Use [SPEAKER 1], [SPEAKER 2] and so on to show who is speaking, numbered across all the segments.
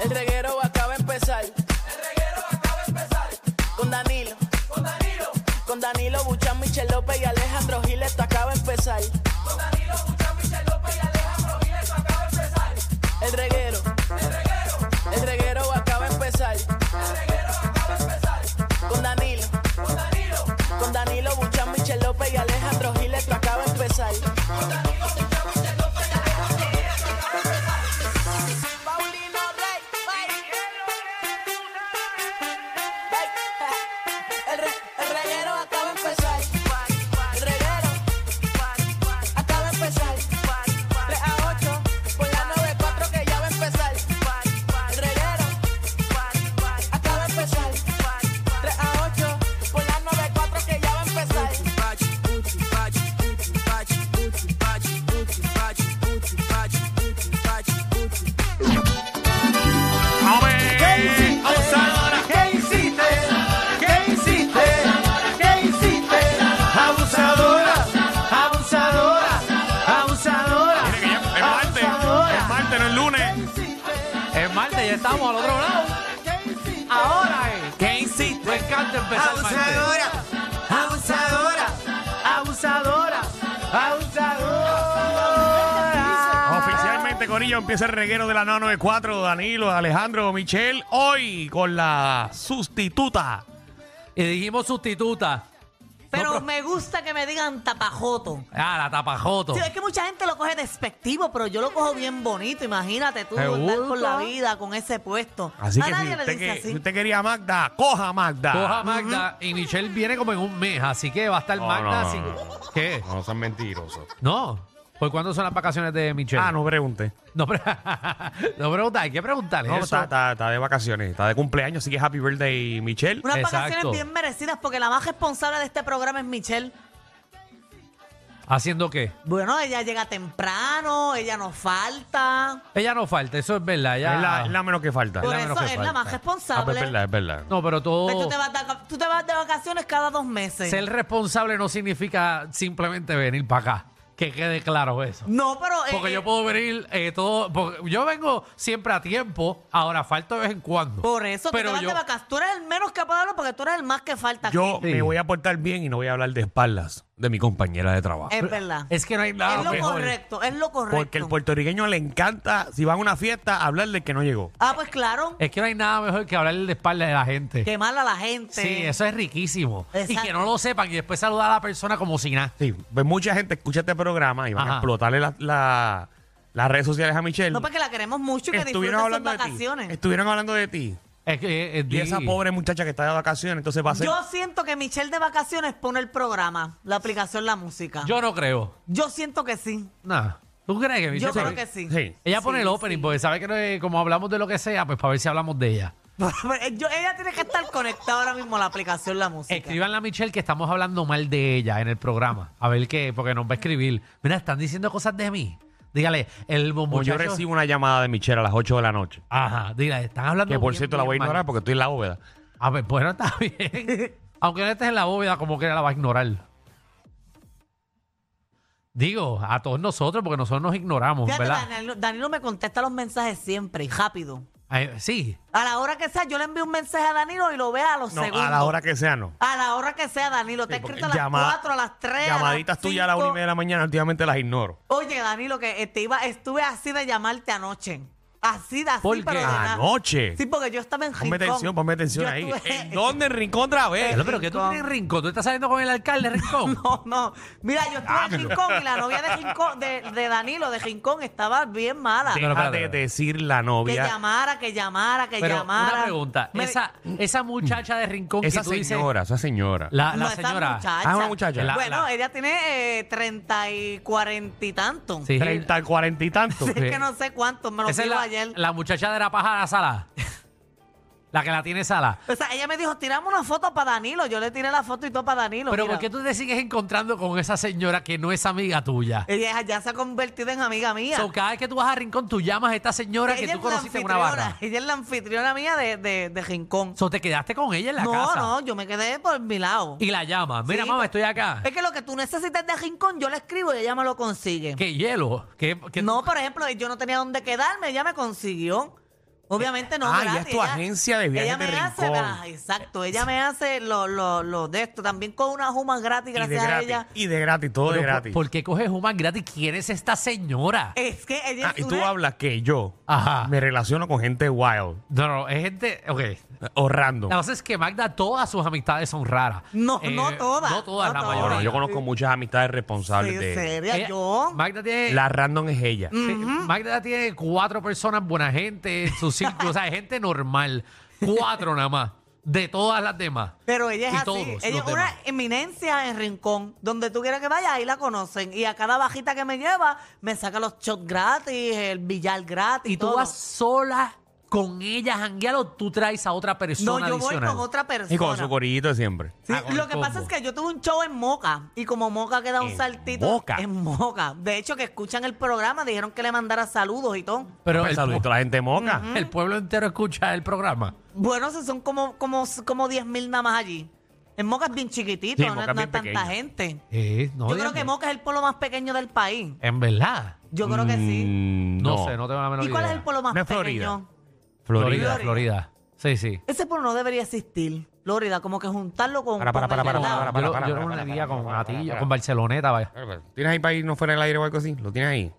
[SPEAKER 1] El reguero acaba de empezar. El reguero acaba de empezar. Con Danilo. Con Danilo. Con Danilo Buchan, Michel López y Alejandro Giles, esto acaba de empezar. Con Danilo Buchan, Michel López y Alejandro Giles, esto acaba de empezar. El reguero. El reguero. El reguero acaba de empezar. El reguero acaba de empezar. Con Danilo. Con Danilo. Con Danilo Buchan, Michel López y Alejandro Giles, esto acaba de empezar. Paulino Rey. El, re- el reguero acaba de empezar. El reguero acaba de empezar. 3 a 8 por la 94 que ya va a empezar. El reguero acaba de empezar. 3 a 8 por la 94 que ya va a empezar.
[SPEAKER 2] ¿Qué Abusadora, ¿qué hiciste? ¿Qué hiciste? ¿Qué hiciste? Abusadora, abusadora, abusadora.
[SPEAKER 3] Mire que ya es martes, es martes, no es lunes.
[SPEAKER 4] Es martes, ya estamos al otro lado. Ahora es. ¿Qué hiciste? Me encanta empezar el martes.
[SPEAKER 2] Abusadora, abusadora, abusadora, abusadora.
[SPEAKER 3] Oficialmente, Corillo, empieza el reguero de la 994. Danilo, Alejandro, Michelle. Hoy con la sustituta.
[SPEAKER 4] Y dijimos sustituta.
[SPEAKER 5] Pero
[SPEAKER 4] No,
[SPEAKER 5] me gusta que me digan tapajoto.
[SPEAKER 4] Ah, la tapajoto.
[SPEAKER 5] Sí, es que mucha gente lo coge despectivo, pero yo lo cojo bien bonito. Imagínate tú
[SPEAKER 4] Seguro.
[SPEAKER 5] andar con la vida, con ese puesto.
[SPEAKER 3] Así
[SPEAKER 5] a
[SPEAKER 3] que si
[SPEAKER 5] nadie le
[SPEAKER 3] usted,
[SPEAKER 5] dice
[SPEAKER 3] que-
[SPEAKER 5] así.
[SPEAKER 3] si usted quería a Magda, coja a Magda.
[SPEAKER 4] Coja Magda y Michelle viene como en un mes, así que va a estar
[SPEAKER 3] No,
[SPEAKER 4] Magda.
[SPEAKER 3] Oh, no,
[SPEAKER 4] así-
[SPEAKER 3] no, no.
[SPEAKER 4] ¿Qué?
[SPEAKER 3] No sean mentirosos.
[SPEAKER 4] No. ¿Por cuándo son las vacaciones de Michelle?
[SPEAKER 3] Ah, no pregunte.
[SPEAKER 4] No, pre- no pregunta, hay que preguntarle.
[SPEAKER 3] No,
[SPEAKER 4] eso.
[SPEAKER 3] está, está- está de vacaciones, está de cumpleaños, así que happy birthday, Michelle.
[SPEAKER 5] Unas
[SPEAKER 4] Exacto.
[SPEAKER 5] vacaciones bien merecidas porque la más responsable de este programa es Michelle.
[SPEAKER 4] ¿Haciendo qué?
[SPEAKER 5] Bueno, ella llega temprano, ella no falta.
[SPEAKER 4] Ella no falta, eso es verdad.
[SPEAKER 3] Es
[SPEAKER 4] ella-
[SPEAKER 3] la, es la menos que falta.
[SPEAKER 5] Por
[SPEAKER 3] Es la
[SPEAKER 5] eso
[SPEAKER 3] menos que
[SPEAKER 5] es la
[SPEAKER 3] falta.
[SPEAKER 5] más responsable.
[SPEAKER 3] Ah, pues es verdad, es verdad.
[SPEAKER 4] No, pero todo.
[SPEAKER 5] Pues Tú, te vas de, tú te vas de vacaciones cada dos meses.
[SPEAKER 4] Ser responsable no significa simplemente venir para acá. Que quede claro eso.
[SPEAKER 5] No, pero... eh,
[SPEAKER 4] Porque
[SPEAKER 5] eh,
[SPEAKER 4] yo puedo venir eh, todo. porque yo vengo siempre a tiempo, ahora falto de vez en cuando.
[SPEAKER 5] Por eso tú
[SPEAKER 4] pero
[SPEAKER 5] te vas
[SPEAKER 4] yo-
[SPEAKER 5] de vacaciones. Tú eres el menos capaz de hablar porque tú eres el más que falta. aquí.
[SPEAKER 3] Yo
[SPEAKER 4] Sí.
[SPEAKER 3] me voy a portar bien y no voy a hablar de espaldas de mi compañera de trabajo.
[SPEAKER 5] Es verdad.
[SPEAKER 4] Es que no hay nada
[SPEAKER 5] es lo
[SPEAKER 4] mejor.
[SPEAKER 5] correcto, es lo correcto.
[SPEAKER 3] Porque el puertorriqueño le encanta, si van a una fiesta, hablarle que no llegó.
[SPEAKER 5] Ah, pues claro.
[SPEAKER 4] Es que no hay nada mejor que hablarle de espalda de la gente.
[SPEAKER 5] Qué mala la gente.
[SPEAKER 4] Sí, eso es riquísimo. Y
[SPEAKER 5] Exacto.
[SPEAKER 4] que no lo sepan y después saludar a la persona como si nada.
[SPEAKER 3] Sí, pues mucha gente escucha este programa y van a
[SPEAKER 4] Ajá.
[SPEAKER 3] explotarle la- la- las redes sociales a Michelle.
[SPEAKER 5] No, porque la queremos mucho y que disfruten
[SPEAKER 3] estuvieron
[SPEAKER 5] sus
[SPEAKER 3] hablando de ti.
[SPEAKER 5] vacaciones.
[SPEAKER 3] Estuvieron hablando de ti.
[SPEAKER 4] Es que eh, eh,
[SPEAKER 3] Y
[SPEAKER 4] di-
[SPEAKER 3] esa pobre muchacha que está de vacaciones, entonces va a ser.
[SPEAKER 5] Yo siento que Michelle de vacaciones pone el programa, la aplicación, la música. Yo,
[SPEAKER 4] Yo no creo.
[SPEAKER 5] siento que sí.
[SPEAKER 4] Nada. ¿Tú crees que
[SPEAKER 5] Yo
[SPEAKER 4] Michelle
[SPEAKER 5] creo
[SPEAKER 4] se-
[SPEAKER 5] que sí.
[SPEAKER 3] Sí.
[SPEAKER 4] Ella
[SPEAKER 5] Sí,
[SPEAKER 4] pone el opening
[SPEAKER 5] sí.
[SPEAKER 4] porque sabe que no es- como hablamos de lo que sea, pues para ver si hablamos de ella.
[SPEAKER 5] Yo- ella tiene que estar conectada ahora mismo a la aplicación, la música.
[SPEAKER 4] Escribanle a Michelle que estamos hablando mal de ella en el programa. A ver qué, porque nos va a escribir. Mira, están diciendo cosas de mí. Dígale, el
[SPEAKER 3] Como
[SPEAKER 4] muchacho...
[SPEAKER 3] yo recibo una llamada de Michelle a las 8 de la noche.
[SPEAKER 4] Ajá, dígale, están hablando
[SPEAKER 3] Que por
[SPEAKER 4] bien,
[SPEAKER 3] cierto la
[SPEAKER 4] bien
[SPEAKER 3] voy a
[SPEAKER 4] mal.
[SPEAKER 3] ignorar porque estoy en la bóveda.
[SPEAKER 4] A ver, bueno, está bien. Aunque no estés en la bóveda, como que la va a ignorar. Digo, a todos nosotros, porque nosotros nos ignoramos,
[SPEAKER 5] Fíjate,
[SPEAKER 4] ¿verdad?
[SPEAKER 5] Danilo, Danilo me contesta los mensajes siempre y rápido.
[SPEAKER 4] Ay, sí,
[SPEAKER 5] A la hora que sea, yo le envío un mensaje a Danilo y lo vea a los
[SPEAKER 3] No,
[SPEAKER 5] segundos.
[SPEAKER 3] a la hora que sea, no.
[SPEAKER 5] A la hora que sea, Danilo. Te he escrito a las
[SPEAKER 3] Llama-
[SPEAKER 5] 4, a las 3.
[SPEAKER 3] Llamaditas tuyas a las 1 y media de la mañana, últimamente las ignoro.
[SPEAKER 5] este, Oye, Danilo, que eh, te iba, estuve así de llamarte anoche. Así, así,
[SPEAKER 4] ¿Por
[SPEAKER 5] pero
[SPEAKER 4] qué?
[SPEAKER 5] de nada.
[SPEAKER 3] Anoche.
[SPEAKER 5] Sí, porque yo estaba en
[SPEAKER 3] Ponme
[SPEAKER 5] Rincón.
[SPEAKER 3] atención, ponme atención
[SPEAKER 5] Yo
[SPEAKER 3] ahí.
[SPEAKER 5] estuve-
[SPEAKER 3] ¿En dónde? ¿En Rincón otra vez?
[SPEAKER 4] Pero, pero que tú
[SPEAKER 5] Rincón.
[SPEAKER 4] tienes rincón. Tú estás saliendo con el alcalde rincón.
[SPEAKER 5] No, no. Mira, yo estuve en Rincón y la novia de Rincón, de, de Danilo de Rincón estaba bien
[SPEAKER 3] Deja
[SPEAKER 5] mala.
[SPEAKER 4] Pero espérate,
[SPEAKER 3] de
[SPEAKER 4] espérate.
[SPEAKER 3] decir la
[SPEAKER 5] Que
[SPEAKER 3] novia.
[SPEAKER 5] llamara, que llamara, que
[SPEAKER 4] Pero
[SPEAKER 5] llamara.
[SPEAKER 4] una pregunta.
[SPEAKER 5] Me-
[SPEAKER 4] Esa, esa muchacha de rincón
[SPEAKER 3] Esa
[SPEAKER 4] que tú dices.
[SPEAKER 3] señora, esa señora.
[SPEAKER 4] La, la
[SPEAKER 5] no, esa
[SPEAKER 4] señora.
[SPEAKER 5] muchacha.
[SPEAKER 3] Ah, una muchacha.
[SPEAKER 4] La-
[SPEAKER 5] bueno,
[SPEAKER 4] la-
[SPEAKER 5] ella tiene eh, 30 y 40 y tanto.
[SPEAKER 4] Sí,
[SPEAKER 3] 30, 40 y tanto.
[SPEAKER 5] Es que no sé cuántos, me lo
[SPEAKER 4] Esa es
[SPEAKER 5] dijo
[SPEAKER 4] la,
[SPEAKER 5] ayer.
[SPEAKER 4] la muchacha de la paja de la sala. la que la tiene sala.
[SPEAKER 5] O sea, ella me dijo, tirame una foto para Danilo. Yo le tiré la foto y todo para Danilo.
[SPEAKER 4] Pero
[SPEAKER 5] mira.
[SPEAKER 4] ¿por qué tú te sigues encontrando con esa señora que no es amiga tuya?
[SPEAKER 5] Ella ya se ha convertido en amiga mía.
[SPEAKER 4] So, cada vez que tú vas a Rincón, tú llamas a esta señora que
[SPEAKER 5] Ella
[SPEAKER 4] tú
[SPEAKER 5] es la
[SPEAKER 4] conociste en una
[SPEAKER 5] anfitriona,
[SPEAKER 4] barra.
[SPEAKER 5] Ella es la anfitriona mía de, de, de Rincón.
[SPEAKER 4] So, te quedaste con ella en la
[SPEAKER 5] no,
[SPEAKER 4] casa.
[SPEAKER 5] no, yo me quedé por mi lado.
[SPEAKER 4] Y la llamas. Mira,
[SPEAKER 5] Sí,
[SPEAKER 4] mamá,
[SPEAKER 5] pues-
[SPEAKER 4] estoy acá.
[SPEAKER 5] Es que lo que tú necesitas de Rincón, yo le escribo y ella me lo consigue.
[SPEAKER 4] ¿Qué hielo? ¿Qué, qué-
[SPEAKER 5] No, por ejemplo, yo no tenía dónde quedarme, ella me consiguió. Obviamente no.
[SPEAKER 3] Ah,
[SPEAKER 5] gratis,
[SPEAKER 3] ya es tu agencia de viajes
[SPEAKER 5] ella
[SPEAKER 3] de
[SPEAKER 5] me hace,
[SPEAKER 3] Rincón.
[SPEAKER 5] ah, exacto, ella me hace lo, lo, lo de esto, también con unas humas gratis,
[SPEAKER 3] Y de
[SPEAKER 5] gracias a
[SPEAKER 3] gratis.
[SPEAKER 5] ella.
[SPEAKER 3] Y de gratis, todo de
[SPEAKER 4] pero por-
[SPEAKER 3] gratis.
[SPEAKER 4] ¿Por qué coges humas gratis? ¿Quién es esta señora?
[SPEAKER 5] Es que ella
[SPEAKER 3] Ah,
[SPEAKER 5] es
[SPEAKER 3] y tú
[SPEAKER 5] una-
[SPEAKER 3] hablas que yo
[SPEAKER 4] Ajá.
[SPEAKER 3] me relaciono con gente wild
[SPEAKER 4] No, no, es gente. Ok.
[SPEAKER 3] eh, o random.
[SPEAKER 4] La cosa es que Magda, todas sus amistades son raras. Eh,
[SPEAKER 5] No, no todas,
[SPEAKER 4] No todas, la
[SPEAKER 5] no todas.
[SPEAKER 3] No, no,
[SPEAKER 4] mayoría.
[SPEAKER 3] yo conozco muchas amistades responsables
[SPEAKER 5] Sí, Mm,
[SPEAKER 3] de
[SPEAKER 5] seria,
[SPEAKER 4] Ella-
[SPEAKER 5] yo.
[SPEAKER 4] Magda tiene.
[SPEAKER 3] La random es ella.
[SPEAKER 4] sí, Magda tiene cuatro personas buena gente en su círculo. o sea, gente normal. Cuatro nada más. De todas las demás.
[SPEAKER 5] Pero ella es
[SPEAKER 4] Y
[SPEAKER 5] así.
[SPEAKER 4] todos los
[SPEAKER 5] ella es una
[SPEAKER 4] demás.
[SPEAKER 5] eminencia en Rincón. Donde tú quieras que vaya, ahí la conocen. Y a cada bajita que me lleva, me saca los shots gratis, el billar gratis.
[SPEAKER 4] Y tú
[SPEAKER 5] todo.
[SPEAKER 4] vas sola con ella, janguear o tú traes a otra persona
[SPEAKER 5] No, yo voy
[SPEAKER 4] adicional.
[SPEAKER 5] con otra persona.
[SPEAKER 3] Y con su corillito de siempre.
[SPEAKER 5] Sí,
[SPEAKER 4] Ah, con
[SPEAKER 5] lo
[SPEAKER 4] el
[SPEAKER 5] que pasa es
[SPEAKER 4] combo.
[SPEAKER 5] que yo tuve un show en Moca y como Moca queda un
[SPEAKER 3] ¿En
[SPEAKER 5] saltito
[SPEAKER 3] Moca?
[SPEAKER 5] en Moca. De hecho, que escuchan el programa, dijeron que le mandara saludos y todo.
[SPEAKER 4] Pero
[SPEAKER 3] Pues,
[SPEAKER 4] el,
[SPEAKER 3] saludito a la gente de moca.
[SPEAKER 5] Mm,
[SPEAKER 4] pu- el pueblo entero escucha el programa.
[SPEAKER 5] Bueno, si son como, como, como 10 mil nada más allí. En Moca es bien chiquitito,
[SPEAKER 3] Sí,
[SPEAKER 5] no,
[SPEAKER 3] Moca es
[SPEAKER 5] no hay
[SPEAKER 3] bien
[SPEAKER 5] tanta
[SPEAKER 3] pequeño.
[SPEAKER 5] gente.
[SPEAKER 4] Eh, no,
[SPEAKER 5] yo
[SPEAKER 4] Dios
[SPEAKER 5] creo que
[SPEAKER 4] mío.
[SPEAKER 5] Moca es el pueblo más pequeño del país.
[SPEAKER 4] En verdad.
[SPEAKER 5] Yo creo que sí.
[SPEAKER 3] Mm,
[SPEAKER 4] No, sé, no tengo la menor
[SPEAKER 5] ¿Y cuál
[SPEAKER 4] idea.
[SPEAKER 5] es el pueblo más
[SPEAKER 3] No es Florida.
[SPEAKER 5] pequeño?
[SPEAKER 4] Florida, Florida. Sí, sí.
[SPEAKER 5] Ese pueblo no debería existir, Florida, como que juntarlo con.
[SPEAKER 3] Para, para,
[SPEAKER 5] con
[SPEAKER 3] para,
[SPEAKER 5] el de al
[SPEAKER 3] para,
[SPEAKER 5] lado.
[SPEAKER 4] Yo-
[SPEAKER 3] para,
[SPEAKER 4] yo
[SPEAKER 3] para,
[SPEAKER 4] no
[SPEAKER 3] para,
[SPEAKER 4] le diría
[SPEAKER 3] para,
[SPEAKER 4] con
[SPEAKER 3] para,
[SPEAKER 4] Atillo,
[SPEAKER 3] para.
[SPEAKER 4] con Barceloneta, vaya.
[SPEAKER 3] ¿Tienes ahí para irnos fuera del aire o algo así? ¿Lo tienes ahí?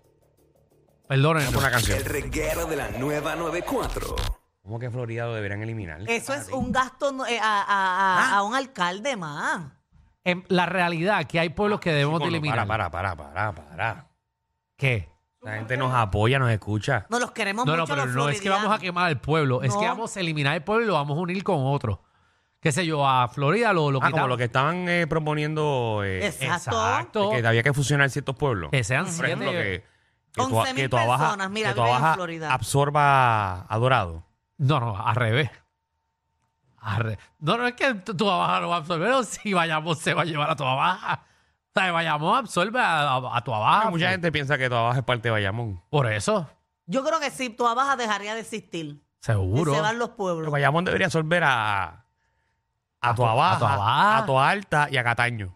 [SPEAKER 4] Perdonen.
[SPEAKER 3] Pon una canción.
[SPEAKER 6] El reguero de la nueva 94.
[SPEAKER 3] ¿Cómo que Florida lo deberían eliminar?
[SPEAKER 5] Eso es un gasto no- eh, a, a- a-
[SPEAKER 4] Ah.
[SPEAKER 5] a un alcalde más.
[SPEAKER 4] En Em, la realidad que hay pueblos que debemos
[SPEAKER 3] Chico,
[SPEAKER 4] de
[SPEAKER 3] no,
[SPEAKER 4] eliminar.
[SPEAKER 3] Para, para, para, para, para.
[SPEAKER 4] ¿Qué?
[SPEAKER 3] La gente nos apoya, nos escucha.
[SPEAKER 5] No los queremos
[SPEAKER 4] No, no,
[SPEAKER 5] mucho.
[SPEAKER 4] pero
[SPEAKER 5] los
[SPEAKER 4] no es que vamos a
[SPEAKER 5] floridianos.
[SPEAKER 4] quemar al pueblo. Es
[SPEAKER 5] No.
[SPEAKER 4] que vamos a eliminar el pueblo y lo vamos a unir con otro. Qué sé yo, a Florida lo, lo
[SPEAKER 3] Ah, como
[SPEAKER 4] quitamos.
[SPEAKER 3] lo que estaban eh, proponiendo eh,
[SPEAKER 5] Exacto.
[SPEAKER 4] Exacto.
[SPEAKER 3] de que había que fusionar ciertos pueblos.
[SPEAKER 4] Que sean
[SPEAKER 3] Por ejemplo, que,
[SPEAKER 4] siete.
[SPEAKER 3] que tu-
[SPEAKER 5] 11.000
[SPEAKER 3] que tu abaja-
[SPEAKER 5] personas, mira,
[SPEAKER 3] que tu
[SPEAKER 5] viven en
[SPEAKER 3] abaja
[SPEAKER 5] Florida.
[SPEAKER 3] absorba a Dorado.
[SPEAKER 4] No, no, al revés. Al re- No, no es que tu tu abaja lo va a absorber. o Si vayamos, se va a llevar a tu abaja. O sea, vayamos, absorbe a, a- a tu abaja.
[SPEAKER 3] Ah, mucha gente piensa que tu abaja es parte de Bayamón.
[SPEAKER 4] Por eso,
[SPEAKER 5] Yo creo que si tú abajas dejaría de existir.
[SPEAKER 4] seguro.
[SPEAKER 5] Y se van los
[SPEAKER 3] Pero
[SPEAKER 5] pueblos.
[SPEAKER 3] Bayamón debería absorber a, a,
[SPEAKER 4] A
[SPEAKER 3] tu
[SPEAKER 4] tu-
[SPEAKER 3] abajo,
[SPEAKER 4] a tu abajo.
[SPEAKER 3] a tu alta y a Cataño.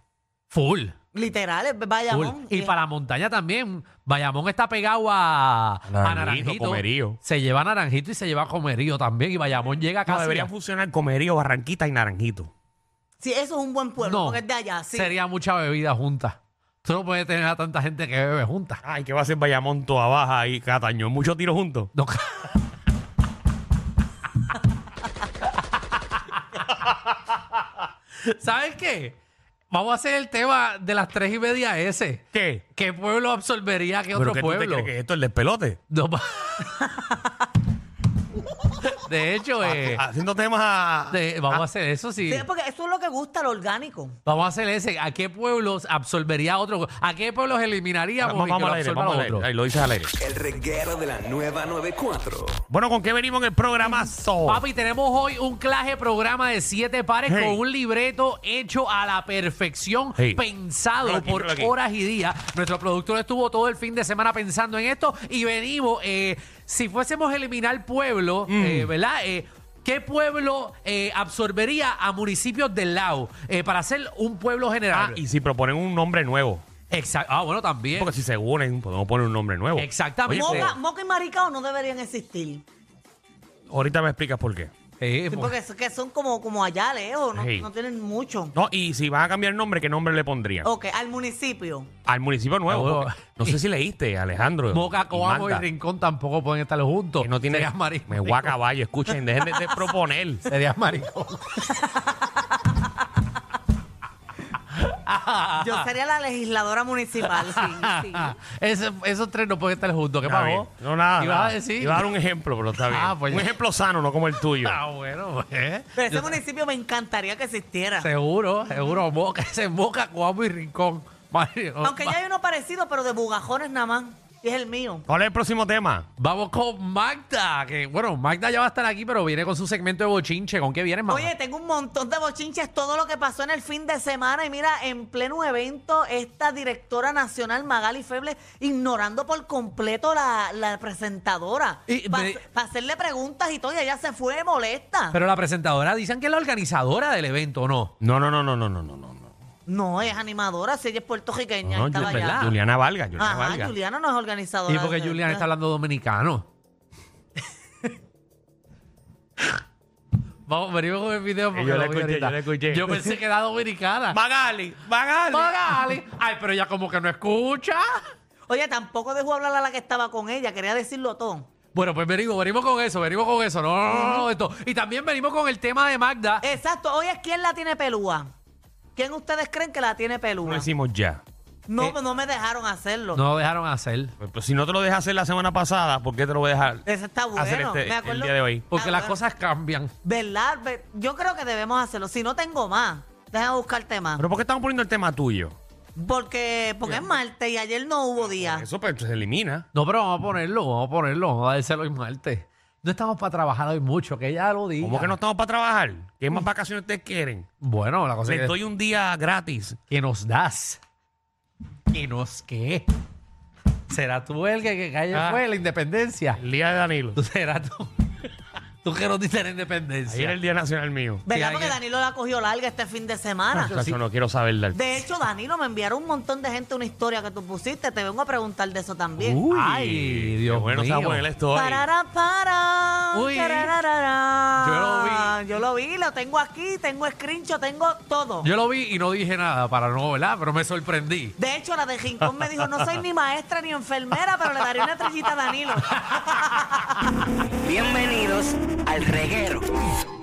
[SPEAKER 4] Full.
[SPEAKER 5] Literal, es
[SPEAKER 4] Full.
[SPEAKER 5] Bayamón.
[SPEAKER 4] Y
[SPEAKER 5] Eh,
[SPEAKER 4] para la montaña también. Bayamón está pegado a, a
[SPEAKER 3] Naranjito,
[SPEAKER 4] Naranjito.
[SPEAKER 3] Comerío.
[SPEAKER 4] Se lleva a Naranjito y se lleva a Comerío también. Y Bayamón llega
[SPEAKER 3] No,
[SPEAKER 4] casi.
[SPEAKER 3] deberían
[SPEAKER 4] a-
[SPEAKER 3] fusionar Comerío, Barranquita y Naranjito.
[SPEAKER 5] Sí, eso es un buen pueblo,
[SPEAKER 4] No,
[SPEAKER 5] porque es de allá. Sí.
[SPEAKER 4] Sería mucha bebida junta. Tú no puedes tener a tanta gente que bebe junta.
[SPEAKER 3] Ay, ¿qué va a hacer Bayamón, tu abaja y Cataño? Muchos tiros juntos.
[SPEAKER 4] No. ¿Sabes qué? Vamos a hacer el tema de las tres y media ese.
[SPEAKER 3] ¿Qué?
[SPEAKER 4] ¿Qué pueblo absorbería que
[SPEAKER 3] ¿Pero
[SPEAKER 4] otro
[SPEAKER 3] qué tú te
[SPEAKER 4] pueblo?
[SPEAKER 3] crees que esto es el despelote?
[SPEAKER 4] No pa- de hecho, eh,
[SPEAKER 3] Haciendo temas a...
[SPEAKER 4] de- vamos a hacer eso sí.
[SPEAKER 5] Sí, porque eso es lo que gusta, lo orgánico.
[SPEAKER 4] Vamos a hacer ese. ¿A qué pueblos absorbería otro? ¿A qué pueblos eliminaríamos
[SPEAKER 3] Vamos,
[SPEAKER 4] y que
[SPEAKER 3] vamos
[SPEAKER 4] lo
[SPEAKER 3] al aire,
[SPEAKER 4] absorba
[SPEAKER 3] vamos al
[SPEAKER 4] otro?
[SPEAKER 3] aire. Ahí lo dices al aire.
[SPEAKER 6] El reguero de la nueva 94.
[SPEAKER 3] Bueno, ¿con qué venimos en el programazo?
[SPEAKER 4] Papi, tenemos hoy un clase programa de siete pares
[SPEAKER 3] Hey.
[SPEAKER 4] con un libreto hecho a la perfección,
[SPEAKER 3] Hey.
[SPEAKER 4] pensado
[SPEAKER 3] Míralo aquí,
[SPEAKER 4] por
[SPEAKER 3] míralo aquí.
[SPEAKER 4] horas y días. Nuestro productor estuvo todo el fin de semana pensando en esto y venimos, eh, si fuésemos a eliminar pueblo,
[SPEAKER 3] Mm.
[SPEAKER 4] eh, ¿verdad? Eh, ¿Qué pueblo eh, absorbería a municipios del lado eh, para hacer un pueblo
[SPEAKER 3] Ah,
[SPEAKER 4] general?
[SPEAKER 3] y si proponen un nombre nuevo.
[SPEAKER 4] Exacto. Ah, bueno, también.
[SPEAKER 3] Porque si se unen, podemos poner un nombre nuevo.
[SPEAKER 4] Exactamente.
[SPEAKER 3] Oye,
[SPEAKER 5] Moca, Moca y Maricao no deberían existir.
[SPEAKER 3] ahorita me explicas por qué.
[SPEAKER 4] Sí,
[SPEAKER 5] Sí,
[SPEAKER 4] pues.
[SPEAKER 5] porque es que son como, como allá lejos, no,
[SPEAKER 3] Sí.
[SPEAKER 5] no tienen mucho.
[SPEAKER 3] No, y si van a cambiar el nombre, ¿qué nombre le pondrían?
[SPEAKER 5] Ok, al municipio.
[SPEAKER 3] Al municipio nuevo.
[SPEAKER 4] Ah, bueno.
[SPEAKER 3] porque- no sé si leíste, Alejandro.
[SPEAKER 4] Boca,
[SPEAKER 3] y
[SPEAKER 4] Coamo y
[SPEAKER 3] Magda,
[SPEAKER 4] Rincón tampoco pueden estar juntos.
[SPEAKER 3] que no tiene.
[SPEAKER 4] Serías maricón.
[SPEAKER 3] Me voy a caballo, escuchen, dejen de, de proponer.
[SPEAKER 4] Serías maricón.
[SPEAKER 5] Yo sería la legisladora municipal. sí, sí.
[SPEAKER 4] Ese- esos tres no pueden estar juntos. ¿Qué
[SPEAKER 3] Está bien.
[SPEAKER 4] pasó?
[SPEAKER 3] No, nada.
[SPEAKER 4] Ibas
[SPEAKER 3] nada.
[SPEAKER 4] a decir.
[SPEAKER 3] Iba a dar un ejemplo, pero está bien.
[SPEAKER 4] Ah, pues
[SPEAKER 3] un
[SPEAKER 4] ya.
[SPEAKER 3] ejemplo sano, no como el tuyo.
[SPEAKER 4] Ah, bueno, pues.
[SPEAKER 5] Pero ese municipio me encantaría que existiera.
[SPEAKER 4] Seguro, seguro. Boca, ese es Boca, Coamo y Rincón. Mario,
[SPEAKER 5] Aunque ya hay uno parecido, pero de bugajones nada más. Y es el mío.
[SPEAKER 3] ¿Cuál es el próximo tema?
[SPEAKER 4] Vamos con Magda, que bueno, Magda ya va a estar aquí, pero viene con su segmento de bochinche. ¿Con qué viene, mamá?
[SPEAKER 5] Oye, tengo un montón de bochinches, todo lo que pasó en el fin de semana. Y mira, en pleno evento, esta directora nacional, Magali Feble, ignorando por completo la, la presentadora.
[SPEAKER 4] Y
[SPEAKER 5] Para
[SPEAKER 4] me-
[SPEAKER 5] hacerle preguntas y todo, y ella se fue molesta.
[SPEAKER 4] Pero la presentadora, dicen que es la organizadora del evento, ¿no?
[SPEAKER 3] No, no, no, no, no, no, no, no. no.
[SPEAKER 5] No, es animadora, si ella es puertorriqueña.
[SPEAKER 3] No,
[SPEAKER 5] estaba
[SPEAKER 3] Ju-
[SPEAKER 5] allá.
[SPEAKER 4] ¿verdad?
[SPEAKER 3] Juliana Valga, Juliana
[SPEAKER 5] Ajá,
[SPEAKER 3] Valga.
[SPEAKER 5] Juliana no es organizadora.
[SPEAKER 4] Y porque
[SPEAKER 5] de-
[SPEAKER 4] Julian está hablando dominicano. Vamos, venimos con el video porque
[SPEAKER 3] Yo la
[SPEAKER 4] lo vi
[SPEAKER 3] escuché,
[SPEAKER 4] ahorita.
[SPEAKER 3] yo la escuché.
[SPEAKER 4] Yo pensé que era dominicana.
[SPEAKER 3] Magali, Magali.
[SPEAKER 4] Magali. Ay, pero ella como que no escucha.
[SPEAKER 5] Oye, tampoco dejó hablar a la que estaba con ella, quería decirlo todo.
[SPEAKER 4] Bueno, pues venimos, venimos con eso, venimos con eso. No, no, no, no, esto. Y también venimos con el tema de Magda.
[SPEAKER 5] Exacto, oye, ¿quién la tiene pelúa? ¿Quién ustedes creen que la tiene
[SPEAKER 3] Lo
[SPEAKER 5] pelúa?
[SPEAKER 3] hicimos ya.
[SPEAKER 5] No,
[SPEAKER 4] Eh.
[SPEAKER 5] no me dejaron hacerlo.
[SPEAKER 4] No dejaron hacer.
[SPEAKER 3] Pues, pues, si no te lo dejas hacer la semana pasada, ¿por qué te lo voy a dejar
[SPEAKER 5] Eso está bueno.
[SPEAKER 3] hacer este-
[SPEAKER 5] me acuerdo-
[SPEAKER 3] el día de hoy?
[SPEAKER 4] Porque
[SPEAKER 5] Ah,
[SPEAKER 4] las
[SPEAKER 5] bueno.
[SPEAKER 4] cosas cambian.
[SPEAKER 5] ¿Verdad? Ve- Yo creo que debemos hacerlo. Si no tengo más, déjame buscar tema.
[SPEAKER 3] ¿Pero por qué estamos poniendo el tema tuyo?
[SPEAKER 5] Porque, porque es martes y ayer no hubo día.
[SPEAKER 3] Eso pues, se elimina.
[SPEAKER 4] No, pero vamos a ponerlo, vamos a ponerlo, vamos a dárselo hoy martes. No estamos para trabajar hoy mucho, que ella lo diga.
[SPEAKER 3] ¿Cómo que no estamos para trabajar? ¿Qué más vacaciones ustedes quieren?
[SPEAKER 4] Bueno, la cosa es
[SPEAKER 3] Les
[SPEAKER 4] que,
[SPEAKER 3] doy un día gratis.
[SPEAKER 4] que nos das. ¿Que nos qué? ¿Será tú el que, que ayer
[SPEAKER 3] Ah.
[SPEAKER 4] fue la independencia?
[SPEAKER 3] El día de Danilo.
[SPEAKER 4] ¿Tú será tú? ¿Tú que nos diste la independencia?
[SPEAKER 3] Ayer es el día nacional mío.
[SPEAKER 5] ¿Verdad?
[SPEAKER 4] Sí,
[SPEAKER 5] porque
[SPEAKER 4] ayer-
[SPEAKER 5] Danilo la cogió larga este fin de semana.
[SPEAKER 3] Chacho, no quiero saber del-
[SPEAKER 5] De hecho, Danilo, me enviaron un montón de gente una historia que tú pusiste. Te vengo a preguntar de eso también.
[SPEAKER 3] Uy,
[SPEAKER 4] Ay, Dios
[SPEAKER 3] qué bueno,
[SPEAKER 4] mío.
[SPEAKER 3] está bueno esto hoy.
[SPEAKER 5] Parará, para.
[SPEAKER 4] Uy.
[SPEAKER 5] tarararará.
[SPEAKER 4] Yo lo
[SPEAKER 5] Yo lo vi, lo tengo aquí, tengo screenshot, tengo todo.
[SPEAKER 4] Yo lo vi y no dije nada para no, ¿verdad? Pero me sorprendí.
[SPEAKER 5] De hecho, la de Rincón me dijo, no soy ni maestra ni enfermera, pero le daré una estrellita a Danilo.
[SPEAKER 6] Bienvenidos al reguero.